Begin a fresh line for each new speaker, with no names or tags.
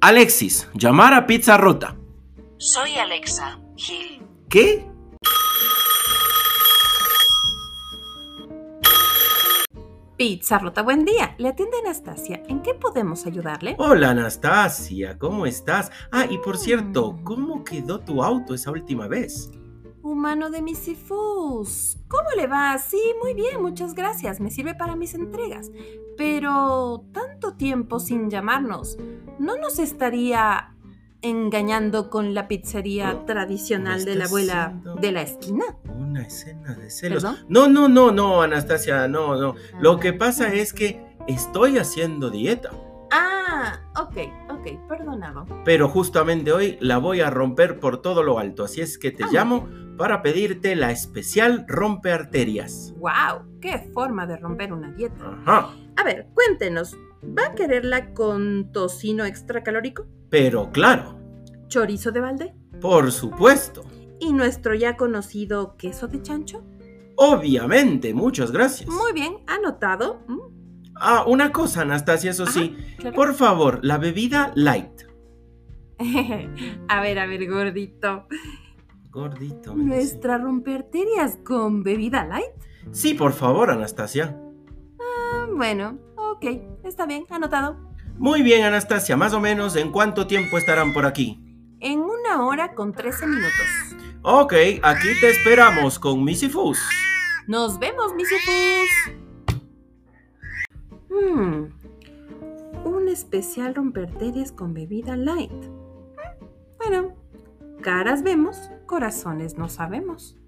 Alexis, llamar a Pizza Rota.
Soy Alexa Gil.
¿Qué?
Pizza Rota, buen día. Le atiende Anastasia. ¿En qué podemos ayudarle?
Hola Anastasia, ¿cómo estás? Ah, y
Mm.
por cierto, ¿cómo quedó tu auto esa última vez?
Humano de Misifus. ¿Cómo le va? Sí, muy bien, muchas gracias. Me sirve para mis entregas. Pero tanto tiempo sin llamarnos, ¿no nos estaría engañando con la pizzería tradicional de la
estás
abuela
haciendo-
de la esquina?
Una escena de celos.
¿Perdón? Ah.
No, no, no, no, Anastasia, no, no. Lo que pasa es que estoy haciendo dieta,
Ah, ok, ok, perdonado.
pero justamente hoy la voy a romper por todo lo alto, así es que te
Ah, muy
llamo para pedirte la especial rompe arterias.
¡Wow! ¡Qué forma de romper una dieta!
Ajá.
A ver, cuéntenos, ¿va a quererla con tocino extra calórico,
Pero claro,
chorizo de balde
por supuesto.
y nuestro ya conocido queso de chancho?
Obviamente, muchas gracias.
Muy bien, anotado. Mm,
Ah, una cosa, Anastasia, eso
Ajá.
sí.
claro.
Por favor, la bebida light.
a ver, a ver, gordito.
Gordito. me dice.
¿Nuestra romperterias con bebida light?
Sí, por favor, Anastasia.
Ah, Bueno, ok, está bien, anotado.
Muy bien, Anastasia, más o menos, ¿en cuánto tiempo estarán por aquí?
En una hora con 13 minutos.
Ok, aquí te esperamos con Missy Fus.
¡Nos vemos, mis hijos! Hmm. Un especial romperterias con bebida light. Mm, Bueno, caras vemos, corazones no sabemos.